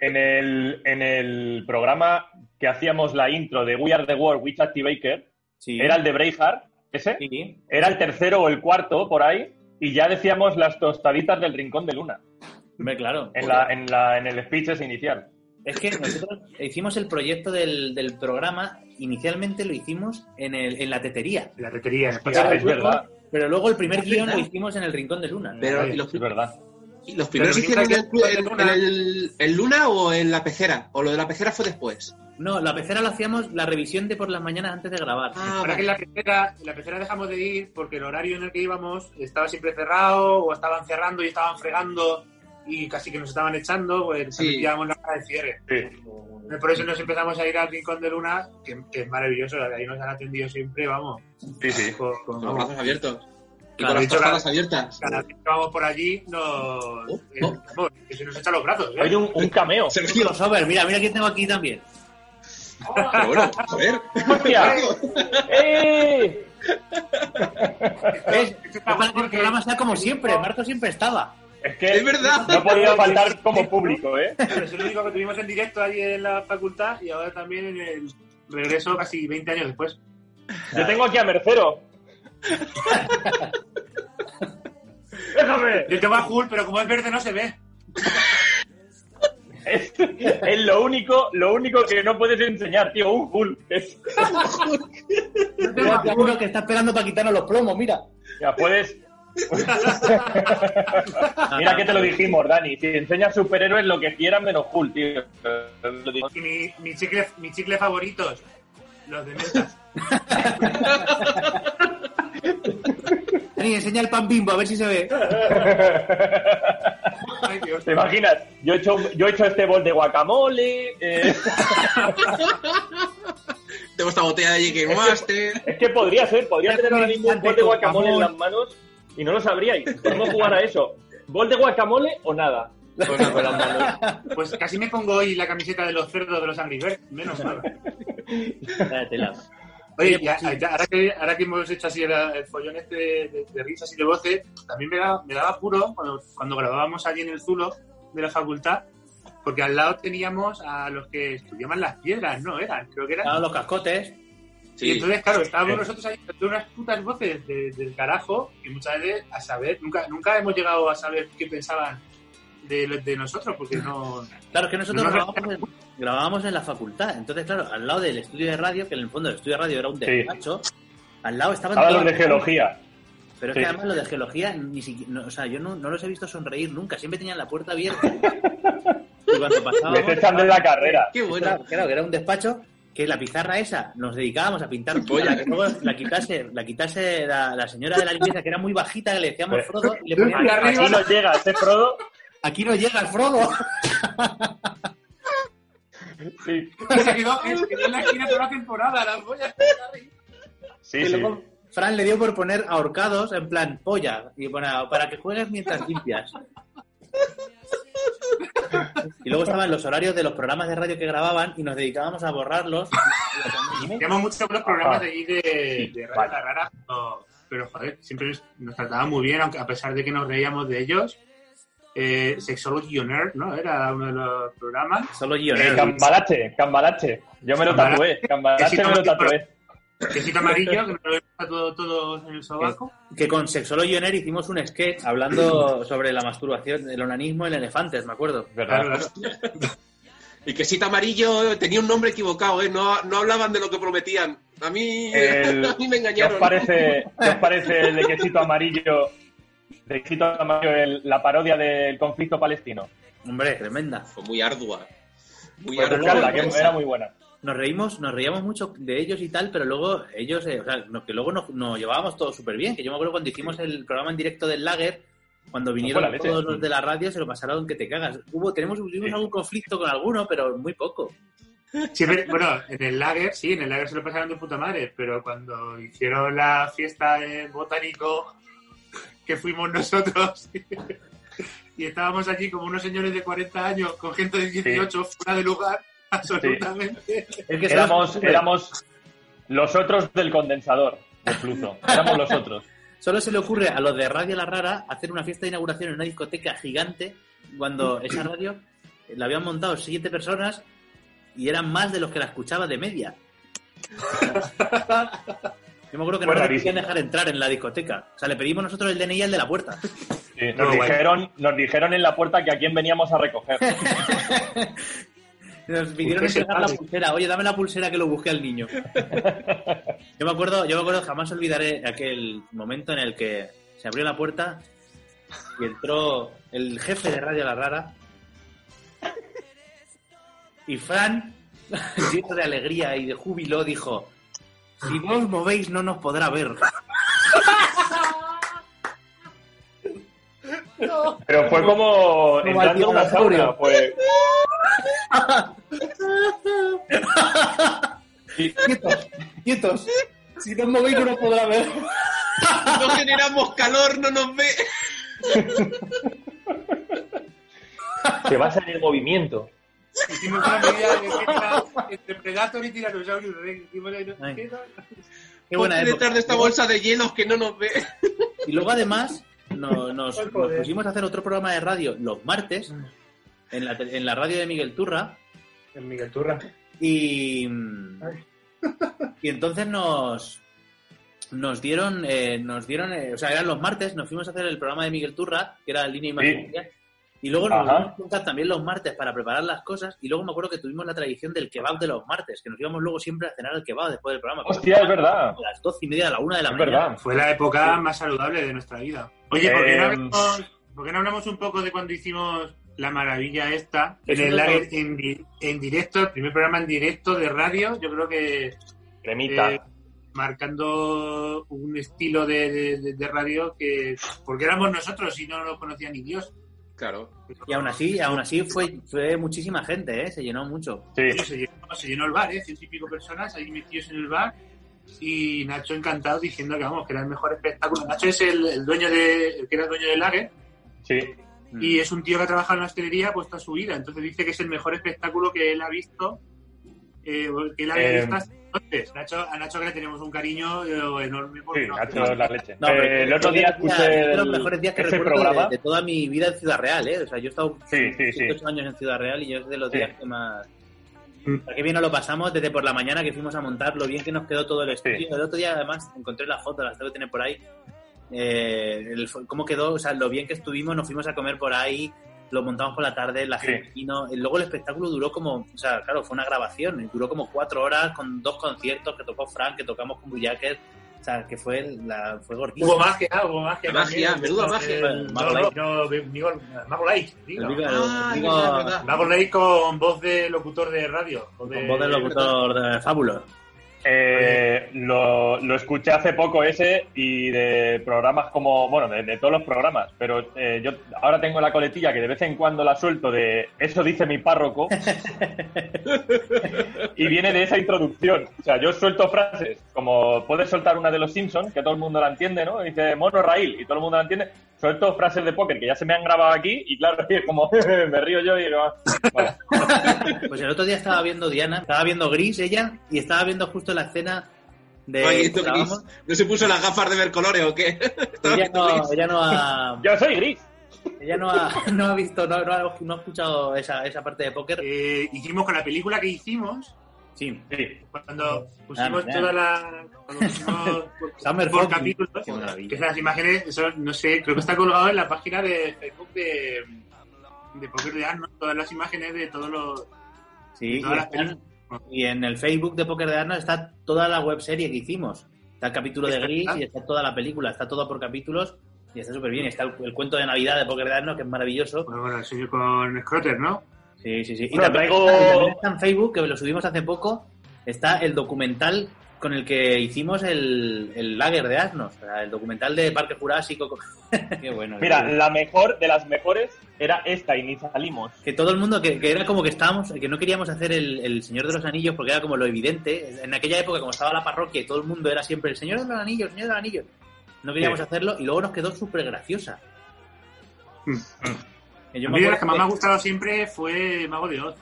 S4: En el, en el programa que hacíamos la intro de We Are the World, Witch Activator,
S5: Sí.
S4: era el de Braveheart, ese,
S5: Sí.
S4: era el tercero o el cuarto por ahí, y ya decíamos las tostaditas del rincón de Luna,
S5: Hombre, claro.
S4: en, la, en, la, en el speech ese inicial.
S5: Es que nosotros hicimos el proyecto del, del programa, inicialmente lo hicimos en, el, en la tetería,
S7: La tetería. en
S4: Ya,
S7: España.
S4: es verdad,
S5: pero luego el primer
S6: Es
S5: guión
S6: verdad.
S5: lo hicimos en el Rincón de Luna.
S6: Pero ¿y los,
S4: es verdad.
S6: y los primeros
S7: Pero
S6: hicieron en,
S7: mientras
S6: el,
S7: que-
S6: en- en el- en Luna o en la pecera? ¿O lo de la pecera fue después?
S5: No, la pecera la hacíamos la revisión de por las mañanas antes de grabar.
S6: Ah,
S7: Ahora que en la pecera, en la pecera dejamos de ir porque el horario en el que íbamos estaba siempre cerrado o estaban cerrando y estaban fregando y casi que nos estaban echando, pues
S6: Sí.
S7: sí. llevábamos la hora de cierre.
S4: Sí.
S7: Por eso nos empezamos a ir al Rincón de Luna, que, que es maravilloso, la de ahí nos han atendido siempre, vamos.
S4: Sí, sí.
S7: Con, con-
S6: con los brazos abiertos. Y
S7: Claro,
S6: con las
S7: dicho
S6: tostadas abiertas.
S7: cada vez que vamos por allí nos,
S6: Oh,
S7: eh,
S6: oh.
S7: vamos, que se nos echan los brazos. ¿eh?
S4: Hay un, un cameo.
S6: Sergio,
S5: Crossover, mira, mira quién tengo aquí también.
S6: pero bueno, joder.
S4: ¡Hostia! ¡Eh!
S5: ¿Ves?
S7: Esto
S5: Es
S7: está
S5: para que el
S7: bueno
S5: programa sea como siempre, Marco siempre estaba.
S4: Es que
S6: Es verdad.
S4: no podía faltar como público, ¿eh?
S7: Pero es lo único que tuvimos en directo allí en la facultad y ahora también en el regreso casi 20 años después.
S4: Yo tengo aquí a Mercero. ¡Déjame!
S7: Yo tengo a Jul, pero como es verde no se ve.
S4: Es, es lo único, lo único que no puedes enseñar, tío. Un Hulk. Es-
S5: Mira, hay uno que está esperando para quitarnos los plomos, mira.
S4: ya puedes. Mira que te lo dijimos, Dani. Si enseñas superhéroes, lo que quieran menos Hulk, tío. Lo digo.
S7: Y mi, mi chicle, mi chicle favoritos, los de mentas.
S5: Dani, enseña el pan bimbo, a ver si se ve.
S7: Ay, Dios.
S4: ¿Te imaginas? Yo he hecho, yo he hecho este bol de guacamole. eh,
S6: Tengo esta botella de Jake Master.
S4: es que podría ser, podría
S5: Ya
S4: tener
S5: te lo
S4: ahora mismo un
S5: dijiste,
S4: bol de guacamole en
S5: guacamole.
S4: las manos y no lo sabríais. Podemos jugar a eso. ¿Bol de guacamole o nada?
S6: Con la- con la mano.
S7: Pues casi me pongo hoy la camiseta de los cerdos de los Angry Birds, menos mal. Oye, y a- a- ahora, que, ahora que hemos hecho así el, el follón este de, de- de risas y de voces, también me daba, me daba apuro cuando, cuando grabábamos allí en el Zulo de la facultad, porque al lado teníamos a los que estudiaban las piedras, ¿no? Eran, creo que eran.
S5: Claro, los cascotes.
S7: Y
S6: Sí.
S7: entonces, claro, estábamos
S4: Sí. Eh.
S7: nosotros ahí con unas putas voces de- del carajo y muchas veces a saber, nunca, nunca hemos llegado a saber qué pensaban de, lo- de nosotros, porque no...
S5: Claro, es que nosotros
S7: No, no,
S5: grabábamos, en, grabábamos en la facultad. Entonces, claro, al lado del estudio de radio, que en el fondo el estudio de radio era un despacho, al lado estaban
S4: Ahora
S5: todas-
S4: los de geología.
S5: Pero es
S4: sí.
S5: que además los de geología, ni siquiera, no, o sea, yo no, no los he visto sonreír nunca. Siempre tenían la puerta abierta. y cuando pasábamos...
S4: Les echan de la carrera.
S6: Qué bueno.
S5: Claro, claro, que era un despacho que la pizarra esa nos dedicábamos a pintar
S6: Polla.
S5: para que luego la quitase, la quitase la, la señora de la limpieza que era muy bajita, que le decíamos
S4: Pero-
S5: Frodo y le poníamos,
S7: Arriba.
S4: Aquí no llega ese Frodo.
S5: aquí no llega el Frodo.
S4: Sí,
S7: Se quedó, se quedó en la esquina toda la temporada, las pollas.
S4: sí,
S5: Y
S4: sí.
S5: luego Fran le dio por poner ahorcados en plan polla y para, para que juegues mientras limpias. Y luego estaban los horarios de los programas de radio que grababan y nos dedicábamos a borrarlos.
S7: Teníamos muchos los programas
S4: Ajá.
S7: de allí de,
S4: Sí,
S7: de Radio
S4: vale.
S7: La Rara, no, pero joder, siempre nos trataban muy bien, aunque a pesar de que nos reíamos de ellos. Eh, Sexology on Earth, ¿no? Era uno de los programas.
S5: Solo
S4: Eh,
S5: guioneros.
S4: cambalache, cambalache. Yo me lo
S7: Cambalache.
S4: tatué. Cambalache me lo tatué.
S7: Quesito amarillo, que nos lo está todo, todo en el sobaco.
S5: Que con Sexolo Guioner hicimos un sketch hablando sobre la masturbación, el onanismo en elefantes, me acuerdo.
S7: Claro,
S4: ¿Verdad?
S7: claro.
S6: El quesito amarillo tenía un nombre equivocado, ¿eh? No, no hablaban de lo que prometían. A mí,
S4: El-
S6: a mí me
S4: ¿Qué os
S6: engañaron.
S4: parece, qué os parece el de quesito amarillo? De quesito amarillo, el- la parodia del conflicto palestino.
S5: Hombre, tremenda.
S6: Fue muy ardua. Muy
S4: Pues
S6: ardua.
S4: buscadla, que era muy buena.
S5: Nos reímos, nos reíamos mucho de ellos y tal, pero luego ellos, eh, o sea, no- que luego nos, nos llevábamos todo súper bien. Que yo me acuerdo cuando hicimos el programa en directo del Lager, Cuando vinieron
S4: la leche.
S5: todos los de la radio se lo pasaron que te cagas. Hubo, tenemos, tuvimos algún conflicto con alguno, pero muy poco.
S7: Sí, pero- bueno, en el lager, sí, en el lager se lo pasaron de puta madre, pero cuando hicieron la fiesta de botánico que fuimos nosotros y estábamos allí como unos señores de 40 años con gente de 18 fuera de lugar, absolutamente.
S5: Es que
S4: Éramos,
S5: solo,
S4: éramos los otros del condensador de Fluzo. Éramos los otros.
S5: solo se le ocurre a los de Radio La Rara hacer una fiesta de inauguración en una discoteca gigante cuando esa radio eh, la habían montado siete personas y eran más de los que la escuchaba de media. Yo me acuerdo que
S4: Fue
S5: no nos
S4: rarísimo.
S5: querían dejar entrar en la discoteca. O sea, le pedimos nosotros el DNI al de la puerta.
S4: Sí,
S7: Muy
S4: nos,
S7: bueno.
S4: dijeron, nos dijeron en la puerta que a quién veníamos a recoger.
S5: Nos pidieron
S7: Usted es el
S5: entregar la
S7: padre.
S5: pulsera. Oye, dame la pulsera que lo busqué al niño. yo me acuerdo, yo me acuerdo, jamás olvidaré aquel momento en el que se abrió la puerta y entró el jefe de Radio La Rara y Fran, lleno de alegría y de júbilo, dijo: Si no os movéis, no nos podrá ver.
S4: Pero fue como
S5: al
S4: entrando en una
S5: dinosaurio.
S4: sauna. Fue...
S5: Quietos, quietos. Si no os movéis, no nos podrá ver.
S6: No generamos calor, no nos ve.
S4: Se basa en el movimiento.
S7: Hicimos una medida de fiesta entre Predator y Tiranosaurio Rex. Hicimos la-
S5: Ay. Qué buena
S6: Ponte
S5: época.
S6: detrás de esta bolsa de hielos que no nos ve.
S5: Y luego además no- nos,
S7: Ay,
S5: nos
S7: joder.
S5: pusimos a hacer otro programa de radio los martes en la, te- en la radio de Miguel Turra
S7: El Miguel Turra.
S5: y, mm, y entonces nos nos dieron eh, nos dieron eh, o sea eran los martes nos fuimos a hacer el programa de Miguel Turra que era línea imaginaria y luego nos
S4: Ajá.
S5: íbamos a juntar también los martes para preparar las cosas y luego me acuerdo que tuvimos la tradición del kebab de los martes que nos íbamos luego siempre a cenar al kebab después del programa
S4: Hostia, es verdad.
S5: a las doce y media a la una de la
S4: Es
S5: mañana
S4: verdad.
S7: Fue la época más saludable de nuestra vida. Oye, ¿por qué,
S5: Em,
S7: no
S4: Eh,
S7: hablamos, por qué no hablamos un poco de cuando hicimos la maravilla esta en
S5: Eso
S7: el
S5: no lo-
S7: live en, di- en directo, el primer programa en directo de radio? Yo creo que
S4: Cremita.
S7: eh, marcando un estilo de, de- de radio que porque éramos nosotros y no lo conocía ni Dios.
S6: Claro.
S5: y aún así aún así fue fue muchísima gente ¿eh? se llenó mucho
S4: Sí.
S7: Oye, se, llenó, se llenó el bar, ¿eh? ciento y pico personas ahí metidos en el bar. Y Nacho encantado diciendo que vamos, que era el mejor espectáculo. Nacho es el, el dueño de, el que era el dueño del lager,
S4: Sí.
S5: Mm.
S4: Mm. eh,
S7: y es un tío que ha trabajado en la hostelería pues toda su vida. Entonces dice que es el mejor espectáculo que él ha visto, eh, o que él había
S4: Eh,
S7: visto hasta entonces. Nacho, a Nacho que le tenemos un cariño eh, enorme. porque
S4: Sí,
S7: no-
S4: Nacho es la leche.
S5: No, pero
S4: Eh, el otro
S5: fue
S4: día
S5: de los días-
S4: escuché
S5: fue de los
S4: el-
S5: mejores días que
S4: ese
S5: recuerdo de-
S4: programa.
S5: De, toda mi vida en Ciudad Real, ¿eh? O sea, yo he estado
S4: Sí, sí, sí.
S5: 18 años en Ciudad Real y yo es de los
S4: Sí.
S5: días que más...
S7: Mm.
S5: Qué bien nos lo pasamos desde por la mañana que fuimos a montar, lo bien que nos quedó todo el estudio.
S4: Sí.
S5: El otro día, además, encontré la foto, la tengo que tener por ahí. Eh, el fo- cómo quedó, o sea, lo bien que estuvimos, nos fuimos a comer por ahí, lo montamos por la tarde, la
S4: Sí.
S5: gente vino. Y Luego el espectáculo duró como, o sea, claro, fue una grabación, y duró como cuatro horas con dos conciertos que tocó Frank, que tocamos con Buyaker, o sea, que fue, la, fue gordísimo.
S7: Hubo magia, hubo magia.
S6: Magia,
S7: también.
S6: menuda magia.
S7: Eh,
S5: Mago
S7: No,
S5: Light.
S7: no, digo, Mago Light, digo.
S5: El Viva-
S6: Ah,
S5: el
S6: es
S5: Viva-
S6: verdad, es verdad.
S7: Mago Light con voz de locutor de radio. o de-
S5: con voz del locutor de Fábulo.
S4: Eh, lo, lo escuché hace poco ese y de programas como, bueno, de, de todos los programas, pero eh, yo ahora tengo la coletilla que de vez en cuando la suelto de eso dice mi párroco y viene de esa introducción. O sea, yo suelto frases como puedes soltar una de los Simpsons, que todo el mundo la entiende, ¿no? Y dice mono raíl y todo el mundo la entiende. Suelto frases de póker que ya se me han grabado aquí y claro, es como me río yo y digo, ah, vale.
S5: Pues el otro día estaba viendo Diana, estaba viendo Gris ella y estaba viendo justo la escena de
S6: Ay, esto
S5: que
S6: gris.
S5: grabamos.
S6: ¿No se puso las gafas de ver colores o qué? Estaba
S5: Ella
S6: viendo
S5: no,
S6: gris.
S5: ella no ha,
S4: Yo soy gris.
S5: ella no ha, no ha visto, no, no ha, no ha escuchado esa, esa parte de póker.
S7: Eh, hicimos con la película que hicimos,
S5: Sí.
S4: Sí.
S7: cuando
S5: Nada,
S7: pusimos
S5: nada.
S7: toda la. Cuando pusimos
S5: Summer
S7: por
S5: Fox.
S7: capítulos,
S5: Qué maravilla.
S7: que las imágenes, eso no sé, creo que está colgado en la página de Facebook de, de Poker de Arnold, todas las imágenes de todos los.
S5: Sí, y,
S7: Todas las
S5: están- y en el Facebook de Póker de Arnold está toda la web serie que hicimos. Está el capítulo de
S7: Está-
S5: Gris y está toda la película, está todo por capítulos y está súper bien. Está el, el cuento de Navidad de Póker de Arnold, que es maravilloso.
S7: Bueno, bueno, el sueño con Scrotter, ¿no?
S5: Sí, sí, sí. Y
S4: Bueno,
S5: también
S4: traigo-
S5: está- también está en Facebook, que lo subimos hace poco, está el documental con el que hicimos el, el Lager de Asnos, o sea, el documental de Parque Jurásico. Qué bueno. eh,
S4: Mira, la mejor de las mejores era esta y ni salimos.
S5: que todo el mundo, que, que era como que estábamos, que no queríamos hacer el, el Señor de los Anillos porque era como lo evidente. En aquella época, como estaba la parroquia y todo el mundo era siempre el Señor de los Anillos, el Señor de los Anillos, no queríamos
S7: Sí.
S5: hacerlo y luego nos quedó súper graciosa.
S7: Mm.
S5: Y
S7: A
S5: yo me
S7: mí de las
S5: acuerdo
S7: que más
S5: que-
S7: me ha gustado siempre fue Mago de Oz.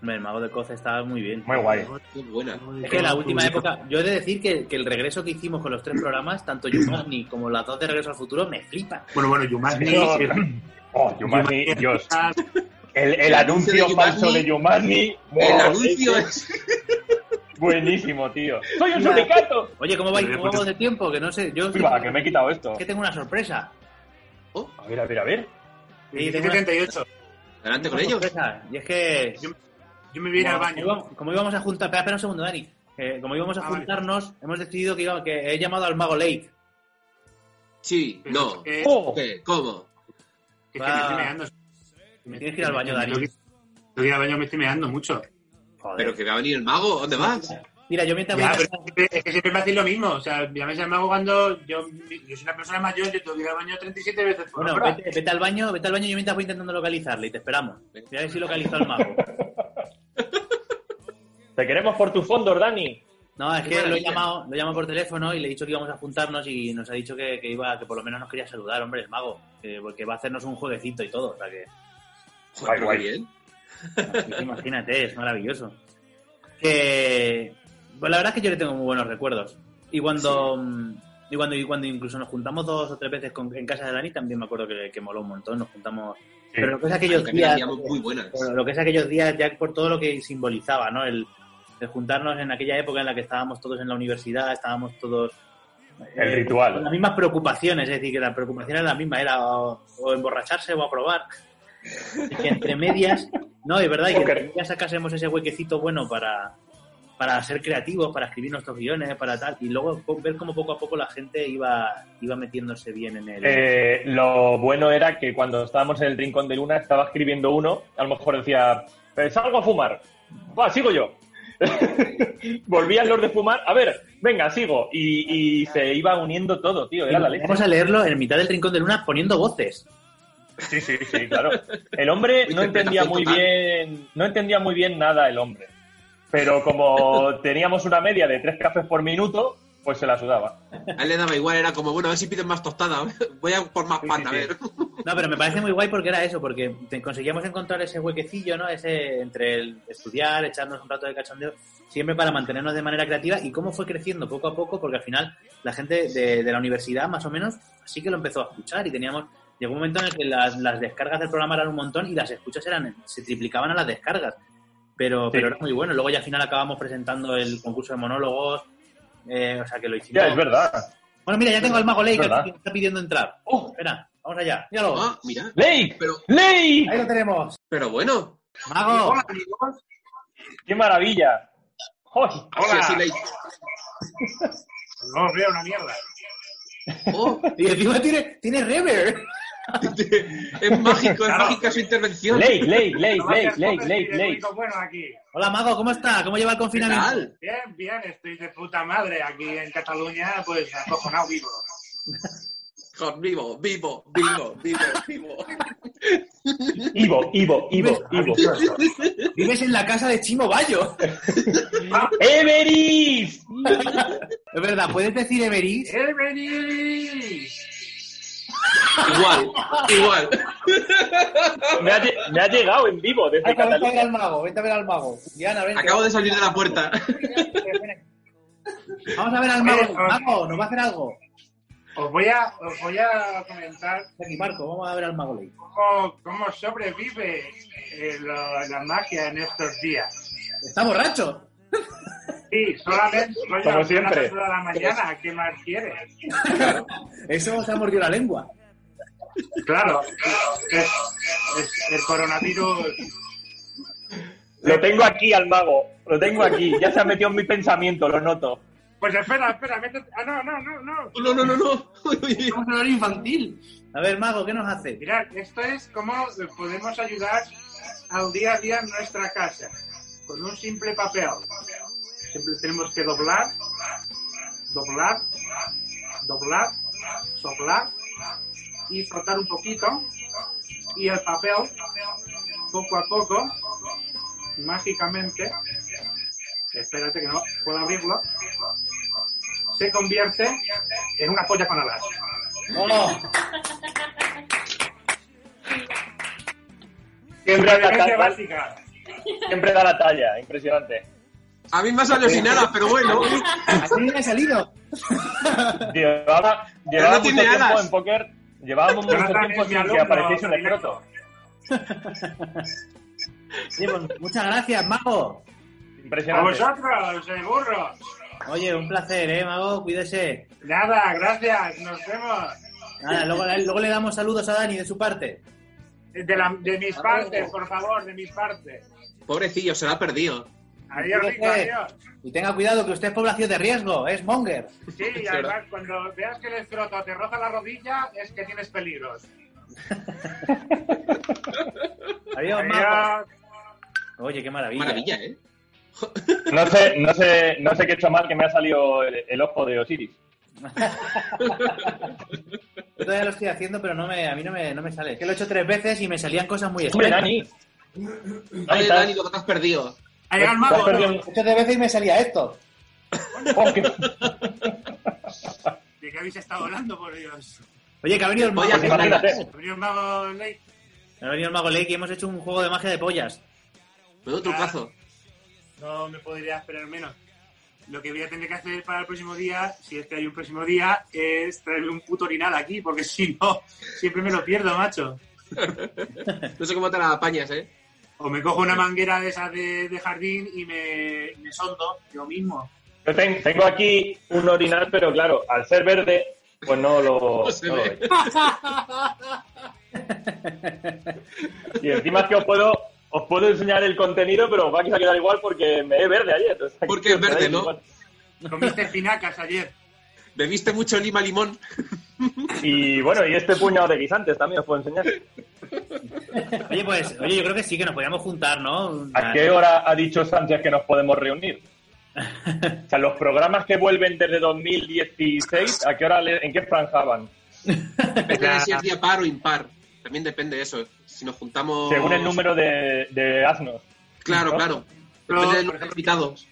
S5: Hombre, el Mago de Coz estaba muy bien.
S4: Muy guay.
S6: Qué buena.
S7: Mago de
S5: Es que la
S7: Oz,
S5: última
S7: tú-
S5: época, yo he de decir que, que el regreso que hicimos con los tres programas, tanto Yumani como las dos de Regreso al Futuro, me flipan.
S7: Bueno, bueno, Yumanji.
S4: Yo-
S7: Yumanji,
S4: Oh, Yumani, Dios.
S7: ah,
S4: El, el
S6: El anuncio de
S4: anuncio falso
S6: Jumanji.
S4: de Yumani.
S6: El anuncio es.
S4: Buenísimo, tío. ¡Soy un suricato!
S5: Oye, ¿cómo vais?
S7: Pero
S5: ¿Cómo
S7: yo-
S5: vamos de tiempo? Que no sé, yo
S4: Uy, va, que me he quitado esto.
S5: que tengo una sorpresa.
S4: A ver, a ver, a ver.
S7: 1738.
S6: Adelante con
S5: Una
S6: ellos.
S5: sorpresa. Y es que
S7: Yo me viene al
S5: como,
S7: baño.
S5: íbamos- como íbamos a juntar, espera, espera un segundo, Dani. Eh, como íbamos a
S7: Ah, vale.
S5: juntarnos, hemos decidido que, iba- que he llamado al mago Lake.
S6: Sí, no.
S7: Eh,
S4: ¡Oh!
S6: ¿Qué? ¿Cómo?
S7: que es que me estoy meando.
S5: Me Ah. tienes que ir al baño, Dani.
S7: Tengo que tengo que ir al baño, me estoy meando mucho.
S6: Pero que va a venir el mago, ¿dónde vas?
S5: Mira, yo mientras
S7: Ya,
S5: voy a-
S7: pero es que- es que siempre me hacéis lo mismo. O sea, ya me llamáis cuando yo, yo soy una persona mayor, yo tengo que ir al baño 37 veces por
S5: Bueno,
S7: hora.
S5: vete, vete al baño, vete al baño, yo mientras voy intentando localizarle y te esperamos. Voy a ver si localizo al mago.
S4: Te queremos por tus fondos, Dani.
S5: No, es
S6: Qué
S5: que lo he
S6: maravilla.
S5: llamado, lo he llamado por teléfono y le he dicho que íbamos a juntarnos y nos ha dicho que, que iba, que por lo menos nos quería saludar, hombre, el mago, que- porque va a hacernos un jueguecito y todo, o sea que
S6: Joder, pero
S4: guay.
S6: qué bien.
S5: imagínate, es maravilloso. Que pues la verdad es que yo le tengo muy buenos recuerdos. Y cuando mm, y cuando y cuando incluso nos juntamos dos o tres veces con- en casa de Dani también me acuerdo que, que moló un montón, nos juntamos. Pero lo que es aquellos
S6: También
S5: días,
S6: hacíamos muy buenas.
S5: Bueno, lo que es aquellos días, ya por todo lo que simbolizaba, ¿no? El, el juntarnos en aquella época en la que estábamos todos en la universidad, estábamos todos.
S4: El
S5: eh,
S4: ritual.
S5: Con las mismas preocupaciones, es decir, que la preocupación era la misma, era o, o emborracharse o aprobar. Y que entre medias, no, es verdad, y que
S4: Joker.
S5: entre medias sacásemos ese huequecito bueno para, para ser creativos, para escribir nuestros guiones, para tal, y luego po- ver cómo poco a poco la gente iba, iba metiéndose bien en el.
S4: Eh, lo bueno era que cuando estábamos en el rincón de Luna estaba escribiendo uno, a lo mejor decía, "Eh, salgo a fumar, va, sigo yo. Volvían los de fumar, a ver, venga, sigo. Y, y se iba uniendo todo, tío, era la leche.
S5: Vamos a leerlo en mitad del rincón de luna poniendo voces.
S4: Sí, sí, sí, claro. El hombre no entendía muy bien, no entendía muy bien nada el hombre. Pero como teníamos una media de tres cafés por minuto, pues se la sudaba.
S6: A él le daba igual, era como, bueno, a ver si piden más tostada. Voy a por más
S4: Sí,
S6: pata, a
S4: sí, sí.
S6: ver.
S5: No, pero me parece muy guay porque era eso, porque te- conseguíamos encontrar ese huequecillo, ¿no? Ese entre el estudiar, echarnos un rato de cachondeo, siempre para mantenernos de manera creativa y cómo fue creciendo poco a poco, porque al final la gente de, de la universidad, más o menos, sí que lo empezó a escuchar y teníamos. Llegó un momento en el que las, las descargas del programa eran un montón y las escuchas eran se triplicaban a las descargas. Pero, pero era muy bueno. Luego ya al final acabamos presentando el concurso de monólogos. eh, o sea que lo hicimos.
S4: Ya, es verdad.
S5: Bueno, mira, ya tengo al mago Ley
S4: ¿Verdad?
S5: que está pidiendo entrar.
S4: ¡Oh!
S5: Espera, vamos allá. Míralo.
S6: Ah, mira.
S4: ¡Lake!
S6: Pero,
S4: ¡Lake!
S5: Ahí lo tenemos.
S6: pero bueno,
S5: Mago,
S7: Hola, amigos.
S4: ¡Qué maravilla! ¡Ay!
S6: así, así le
S7: No os veo una mierda.
S6: Oh,
S5: y encima tiene, tiene reverb.
S6: es mágico, es
S7: Claro.
S6: mágica su intervención.
S4: Lake, Lake, Lake, Lake,
S7: Gracias,
S4: Lake,
S7: Jorge,
S4: Lake,
S7: estoy de
S4: Lake.
S7: punto Bueno, aquí.
S5: Hola, Mago, ¿cómo está? ¿Cómo lleva el
S6: ¿Qué
S5: confinamiento?
S6: tal?
S7: Bien, bien, estoy de puta madre aquí en Cataluña, pues acojonado vivo.
S6: Con vivo, vivo, vivo, vivo, vivo.
S4: Ivo, Ivo, Ivo, Ivo.
S5: Vives en la casa de Chimo Bayo.
S4: ¡Everis!
S5: Es verdad, ¿puedes decir Everis?
S7: ¡Eh, venís!
S6: Igual, igual.
S4: Me ha, lle- me ha llegado en vivo desde Cataluña.
S5: al mago, vente a ver al mago. Diana, vente.
S6: Acabo de salir de la puerta.
S5: Vamos a ver al mago. Mago, nos va a hacer algo.
S7: Os voy a, os voy a comentar
S5: Aquí, Marco, vamos a ver al mago Ley.
S7: cómo, cómo sobrevive eh, lo- la magia en estos días.
S5: ¿Está borracho?
S7: Sí, solamente soy
S4: Como
S7: a las
S4: siempre.
S7: dos de la mañana, ¿qué más quieres?
S5: Eso se ha mordido la lengua.
S7: Claro, es- es- el coronavirus
S4: Lo tengo aquí al mago. Lo tengo aquí. Ya se ha metido en mi pensamiento, lo noto.
S7: Pues espera, espera, métete. Ah, no, no, no, no.
S6: No, no, no, no. Uy, uy.
S5: Vamos a hablar infantil. A ver, mago, ¿qué nos hace?
S7: Mirad, esto es cómo podemos ayudar al día a día en nuestra casa. Con un simple papel. Se Siempre tenemos que doblar, doblar, doblar, soplar y frotar un poquito. Y el papel, poco a poco, mágicamente, espérate que no puedo abrirlo, se convierte en una polla con alas.
S4: Siempre da, la
S7: Referencia
S4: talla,
S7: básica.
S4: siempre da la talla, impresionante.
S6: A mí me ha salido sin alas, pero bueno.
S8: Así me ha salido.
S4: Llevaba,
S6: no
S4: llevaba mucho
S6: tiene
S4: tiempo
S6: alas.
S4: en póker, llevábamos mucho
S7: Jonathan
S4: tiempo
S7: es mi
S4: sin que
S7: alumno,
S4: apareciese un
S7: directo.
S6: Ah,
S4: escroto.
S5: Sí, pues, muchas gracias, Mago.
S6: pues
S7: A
S4: Impresionante.
S7: vosotros, eh, burros.
S5: Oye, un placer, ¿eh, Mago? Cuídese.
S7: Nada, gracias, nos vemos.
S5: Nada, luego, luego le damos saludos a Dani de su parte.
S7: De, la- de mis partes, por favor, de mis partes.
S6: Pobrecillo, se lo ha perdido.
S7: Adiós, Rico,
S5: Cuídate.
S7: adiós.
S5: Y tenga cuidado que usted es población de riesgo, es monger.
S7: Sí, y además, cuando veas que el escroto te roza la rodilla, es que tienes peligros.
S5: Adiós, Mago.
S7: Adiós.
S5: Oye, qué maravilla.
S6: Maravilla, ¿eh?
S4: No sé, no sé, no sé qué he hecho mal que me ha salido el, el ojo de Osiris.
S5: Yo todavía lo estoy haciendo, pero no me, a mí no me, no me sale. Es que lo he hecho tres veces y me salían cosas muy
S4: Hombre,
S5: extrañas.
S4: Dani. Dani,
S6: Oye,
S4: estás-
S6: Dani, lo que te has perdido.
S7: Ahí va el
S4: estás
S7: mago.
S4: perdiendo-
S5: Lo he hecho tres veces y me salía esto.
S4: Oh, qué-
S7: ¿De qué habéis estado hablando, por Dios?
S5: Oye, que ha venido el mago.
S6: Oye,
S4: pues imagínate.
S7: Habría un mago ley.
S5: Ha venido el mago Lake y hemos hecho un juego de magia de pollas.
S6: Menudo trucazo.
S7: No me podría esperar menos. Lo que voy a tener que hacer para el próximo día, si es que hay un próximo día, es traerme un puto orinal aquí, porque si no, siempre me lo pierdo, macho.
S4: Ah.
S6: No sé cómo te la apañas, ¿eh?
S7: O me cojo una manguera de esas de, de jardín y me, me sondo yo mismo.
S4: Yo Pues ten- tengo aquí un orinal, pero claro, al ser verde, pues no lo.
S6: No se
S4: no lo
S6: ve.
S4: veis. y encima es que os puedo, os puedo enseñar el contenido, pero os va a quedar igual porque me he verde ayer. o sea que
S6: Porque es verde, ¿no?
S4: igual.
S7: Comiste espinacas ayer.
S6: Bebiste mucho lima limón.
S4: Y bueno, y este puñado de guisantes también os puedo enseñar.
S5: Oye, pues, oye, yo creo que sí, que nos podíamos juntar, ¿no?
S4: ¿A qué hora ha dicho Sánchez que nos podemos reunir? O sea, los programas que vuelven desde 2016, ¿a qué hora, le- en qué franja van?
S6: Depende de si es día par o impar. También depende de eso. Si nos juntamos.
S4: Según el número de, de asnos.
S6: Claro, claro. Depende del número de invitados.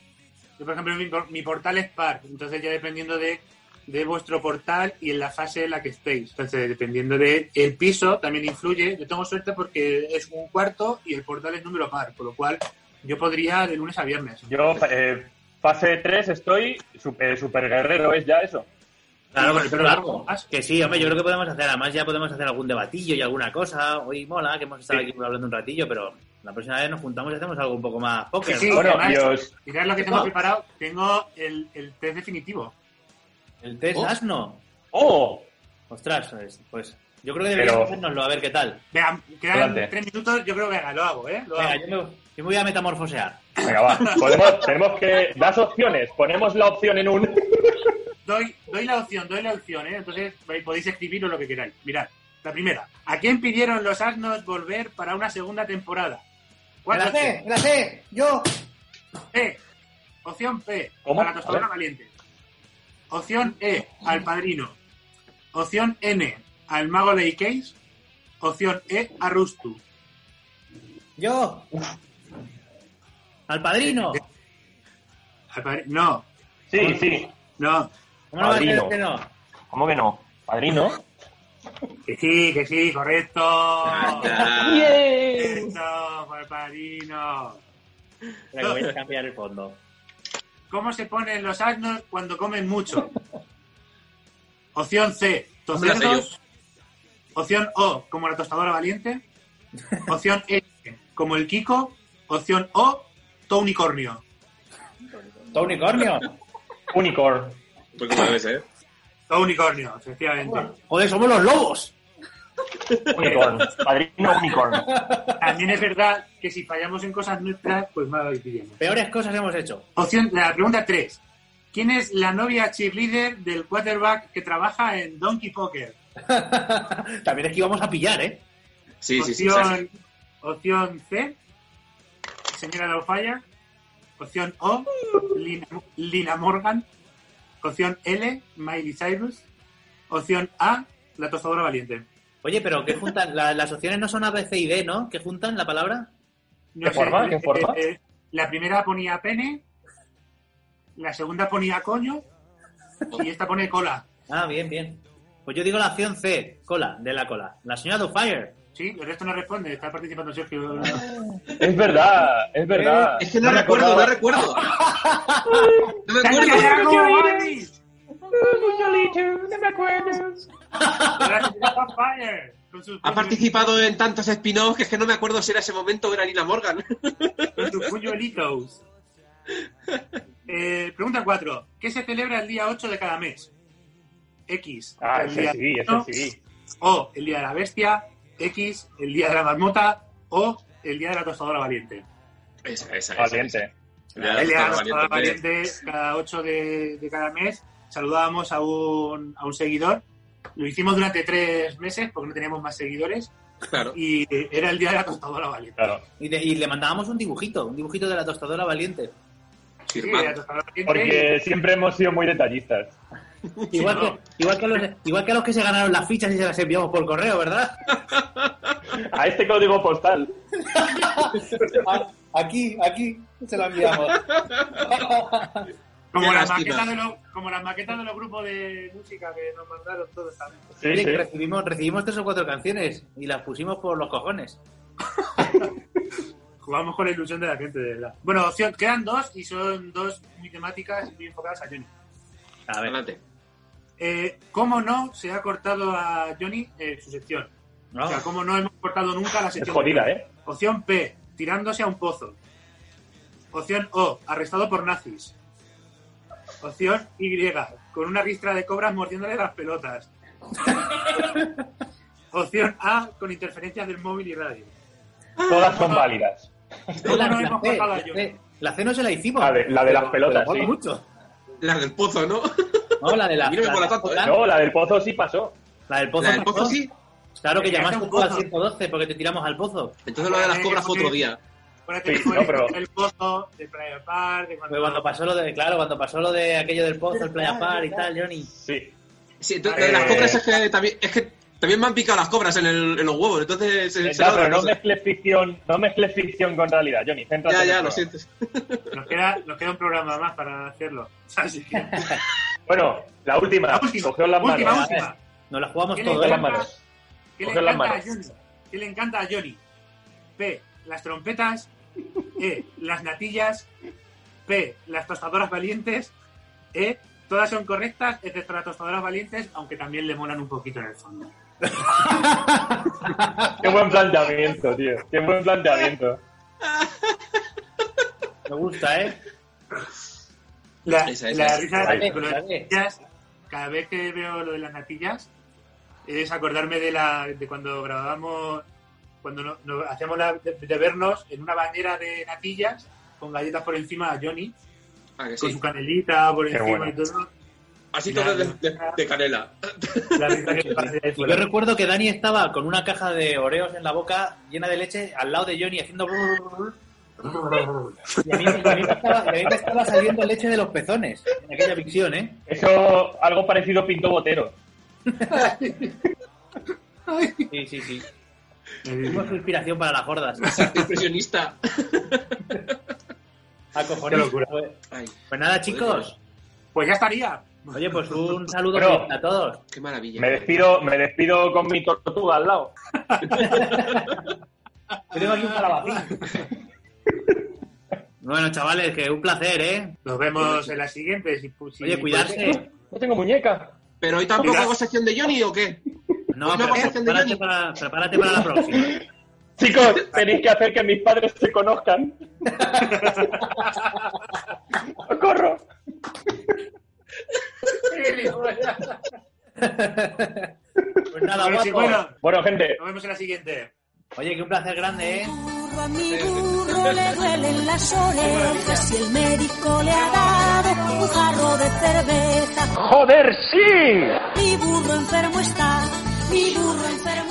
S7: Yo, por ejemplo, mi, por- mi portal es par, entonces ya dependiendo de, de vuestro portal y en la fase en la que estéis. Entonces, dependiendo de el piso, también influye. Yo tengo suerte porque es un cuarto y el portal es número par, por lo cual yo podría de lunes a viernes.
S4: Yo, eh, fase 3, estoy super, guerrero, es ya eso.
S5: Claro,
S7: Sí,
S5: pero
S7: pero
S5: largo.
S7: largo.
S5: Que sí, hombre, yo creo que podemos hacer, además ya podemos hacer algún debatillo y alguna cosa. Hoy mola, que hemos estado
S7: Sí.
S5: aquí hablando un ratillo, pero la próxima vez nos juntamos y hacemos algo un poco más
S7: Sí,
S5: póker.
S7: sí,
S5: ¿no?
S4: Bueno,
S7: además,
S4: y os-
S7: mirad lo que tengo preparado. Tengo el, el test definitivo.
S5: El test
S6: Oh.
S5: asno.
S4: ¡Oh!
S5: Ostras, pues, pues, yo creo que deberíamos
S4: Pero-
S5: hacérnoslo, a ver qué tal.
S7: Venga, quedan
S4: Adelante.
S7: tres minutos. Yo creo que venga, lo hago, ¿eh? Lo
S5: Venga,
S7: hago.
S5: yo me, yo me voy a metamorfosear.
S4: Venga, va. Podemos- tenemos que. Das opciones. Ponemos la opción en un.
S7: Doy, doy la opción, doy la opción, ¿eh? Entonces ahí podéis escribirlo lo que queráis. Mirad, la primera. ¿A quién pidieron los asnos volver para una segunda temporada?
S5: ¡Me la
S7: Cuatro
S5: sé, me la sé! ¡Yo!
S7: P. Opción P,
S4: ¿Cómo?
S7: a la tostadora
S4: A ver.
S7: valiente. Opción E, al padrino. Opción N, al mago Ley Case. Opción E, a Rustu.
S5: ¡Yo! ¡Al padrino!
S7: Al padri- No,
S4: Sí, sí.
S7: no.
S5: ¿Cómo no va a
S4: Padrino.
S5: creer que no?
S4: ¿Cómo que no? Padrino.
S7: Que sí, que sí, correcto.
S6: Ah,
S7: Correcto, al padrino.
S5: Espera, que voy a cambiar el fondo.
S7: ¿Cómo se ponen los asnos cuando comen mucho? Opción C,
S6: me la sé
S7: tocerdos. Opción O, como la tostadora valiente. Opción E, como el Kiko. Opción O, todo unicornio.
S5: ¿Todo unicornio?
S4: Unicorn.
S6: Pues como debe ser.
S7: Todo unicornio, efectivamente.
S5: ¡Joder, somos los lobos!
S4: Unicorn. Padrino Unicorn.
S7: También es verdad que si fallamos en cosas nuestras, pues mal lo pillamos.
S5: Peores cosas hemos hecho.
S7: Opción, la pregunta 3. ¿Quién es la novia cheerleader del quarterback que trabaja en Donkey Poker?
S5: También es que íbamos a pillar, ¿eh?
S6: Sí, sí, sí.
S7: opción, opción C, señora Laufalla. Opción O, Lina, Lina Morgan. Opción L, Miley Cyrus. Opción A, la tostadora valiente.
S5: Oye, pero ¿qué juntan? La- las opciones no son A, B, C y D, ¿no? ¿Qué juntan la palabra?
S7: No
S4: ¿Qué forma? ¿Qué
S7: eh,
S4: forma?
S7: eh, la primera ponía pene, la segunda ponía coño y esta pone cola.
S5: Ah, bien, bien. Pues yo digo la opción C, cola, de la cola. La señora Dufire.
S7: Sí, el resto no responde, está participando Sergio.
S6: Pues
S4: Es verdad, es verdad.
S6: Eh, Es que no,
S4: me
S6: recuerdo,
S4: acordaba.
S6: no recuerdo. No me
S7: ¡Cállate,
S6: acuerdo.
S7: Drago, guay! Gracias, Drago Fire, con sus
S6: Ha participado en tantos spin-offs que es que no me acuerdo si era ese momento o era Nina Morgan.
S7: con sus puñuelitos. Eh, pregunta 4. ¿Qué se celebra el día 8 de cada mes? X.
S4: Ah,
S7: el día
S4: ese sí,
S7: no.
S4: ese sí.
S7: O el día de la bestia. X. El día de la marmota. O el día de la tostadora valiente.
S6: Esa, esa, esa.
S4: Valiente.
S6: Ya,
S7: El día de la
S6: está
S7: tostadora
S6: valiente.
S7: valiente, cada 8 de, de cada mes, saludábamos a un, a un seguidor. Lo hicimos durante tres meses porque no teníamos más seguidores.
S6: Claro.
S7: Y eh, era el día de la tostadora valiente.
S4: Claro.
S5: Y, de- y le mandábamos un dibujito, un dibujito de la tostadora valiente.
S7: Sí,
S6: Firmado.
S7: la tostadora valiente.
S4: Porque siempre hemos sido muy detallistas.
S5: Igual,
S7: no.
S5: que, igual, que a los, igual que a los que se ganaron las fichas y se las enviamos por correo, ¿verdad?
S4: A este código postal.
S5: Aquí, aquí se la enviamos.
S7: Como
S6: Qué
S7: las,
S6: lástima.
S7: maquetas de los, como las maquetas de los grupos de música que nos mandaron todos también.
S4: Sí,
S5: Oye,
S4: sí.
S5: que recibimos, recibimos tres o cuatro canciones y las pusimos por los cojones.
S7: Jugamos con la ilusión de la gente, de verdad. Bueno, opción, quedan dos y son dos muy temáticas y muy enfocadas a Johnny.
S5: A ver,
S6: Adelante.
S7: Eh, ¿Cómo no se ha cortado a Johnny eh, su sección?
S5: no.
S7: O sea, ¿cómo no hemos cortado nunca la
S4: Ah. Es
S7: sección?
S4: jodida, ¿eh?
S7: Opción P, tirándose a un pozo. Opción O, arrestado por nazis. Opción Y, con una ristra de cobras mordiéndole las pelotas. Opción A, con interferencias del móvil y radio.
S4: Todas son válidas.
S7: ¿Cómo
S5: la,
S7: no
S5: la
S7: hemos
S5: C,
S7: cortado a
S5: la
S7: Johnny?
S5: C- la C no se la hicimos.
S4: La de- la de las
S5: Pero-
S4: pelotas,
S5: pero mola
S4: sí.
S5: mucho.
S6: La del pozo, ¿no?
S5: No, la de la,
S6: A mí no me
S5: la-
S6: mola tanto, ¿eh?
S5: la-
S4: No, la del pozo sí pasó.
S5: la del pozo.
S6: La del
S5: pasó.
S6: pozo sí.
S5: Claro que
S7: Te tiraste
S5: llamaste
S7: un
S5: un poco al
S7: pozo.
S5: 112 porque te tiramos al pozo.
S6: Entonces lo de
S4: Eh,
S6: las cobras fue otro día.
S7: Acuérdate que
S4: Sí,
S7: fue
S4: no, pero-
S7: el pozo de Playa Park, de
S5: Porque cuando
S7: cuando...
S5: pasó lo de, claro, cuando pasó lo de aquello del pozo, el playa par y tal, Johnny.
S4: Sí.
S6: Sí, entonces, lo de las
S4: Eh.
S6: cobras es que también, es que también me han picado las cobras en, el- en los huevos. Entonces, se- se
S4: Ya,
S6: logra,
S4: pero Eh, no
S6: sé.
S4: mezcles ficción, no mezcles ficción con realidad, Johnny. Céntrate
S6: ya,
S4: en
S6: ya,
S4: el
S6: lo
S4: programa.
S6: siento.
S7: Nos queda, nos queda un programa más para hacerlo. Así que-
S4: Bueno, la eh. última.
S7: la última,
S4: Cogeos las
S7: última,
S4: manos.
S7: última.
S5: Nos la jugamos
S7: ¿Qué le
S5: todo.
S4: Cogeos las
S5: ¿eh?
S4: manos.
S7: ¿Qué le
S4: Coger las
S7: encanta a Johnny?
S4: manos.
S7: ¿Qué le encanta a Johnny? P. Las trompetas. E. Las natillas. P. Las tostadoras valientes. E. Todas son correctas, excepto las tostadoras valientes, aunque también le molan un poquito en el fondo.
S4: Qué buen planteamiento, tío. Qué buen planteamiento.
S5: Me gusta, ¿eh?
S7: La,
S6: Esa, esa,
S7: la
S6: esa.
S7: risa
S4: Vale,
S7: con las
S5: vale.
S7: natillas, cada vez que veo lo de las natillas, es acordarme de, la, de cuando grabábamos, cuando no- nos hacíamos la- de, de vernos en una bañera de natillas con galletas por encima a Johnny,
S6: Ah, que
S7: con
S6: sí.
S7: su canelita por
S4: Qué
S7: encima y
S4: bueno.
S7: todo.
S6: Así todo de, de- de canela.
S7: La risa que pasa
S5: Y yo recuerdo que Dani estaba con una caja de oreos en la boca llena de leche al lado de Johnny haciendo. brr, brr, brr, Y a mí, y a mí me, estaba, y a mí me estaba saliendo leche de los pezones en aquella visión, ¿eh?
S4: Eso, algo parecido pintó Botero.
S5: Sí, sí, sí. Fuimos su inspiración para las gordas.
S6: Impresionista.
S7: Qué
S5: Acojonista.
S7: locura.
S5: Pues,
S6: Ay,
S5: pues nada, chicos.
S7: Pues ya estaría.
S5: Oye, pues un saludo
S4: Pero-
S5: a todos.
S6: qué maravilla.
S4: Me despido, me despido con mi tortuga al lado.
S5: Yo tengo aquí un calabacín. Bueno, chavales, que un placer, ¿eh?
S7: Nos vemos en la siguiente. Si, si-
S5: Oye, cuidarse.
S4: No tengo muñeca.
S6: ¿Pero hoy tampoco
S7: Mira.
S6: hago sección de Johnny o qué?
S5: No,
S6: Una
S5: pero
S6: conversación de
S5: prepárate
S6: Johnny.
S5: para, prepárate para la próxima.
S4: Chicos, tenéis que hacer que mis padres se conozcan. ¡Corro!
S5: Pues nada,
S7: Bueno,
S5: guapo.
S7: sí, bueno,
S4: Bueno, gente,
S7: nos vemos en la siguiente.
S5: Oye, que un placer grande, ¿eh?
S9: burro, a mi burro le duelen las orejas y el médico le ha dado un jarro de cerveza. ¡Joder, sí! Mi burro enfermo está, mi burro enfermo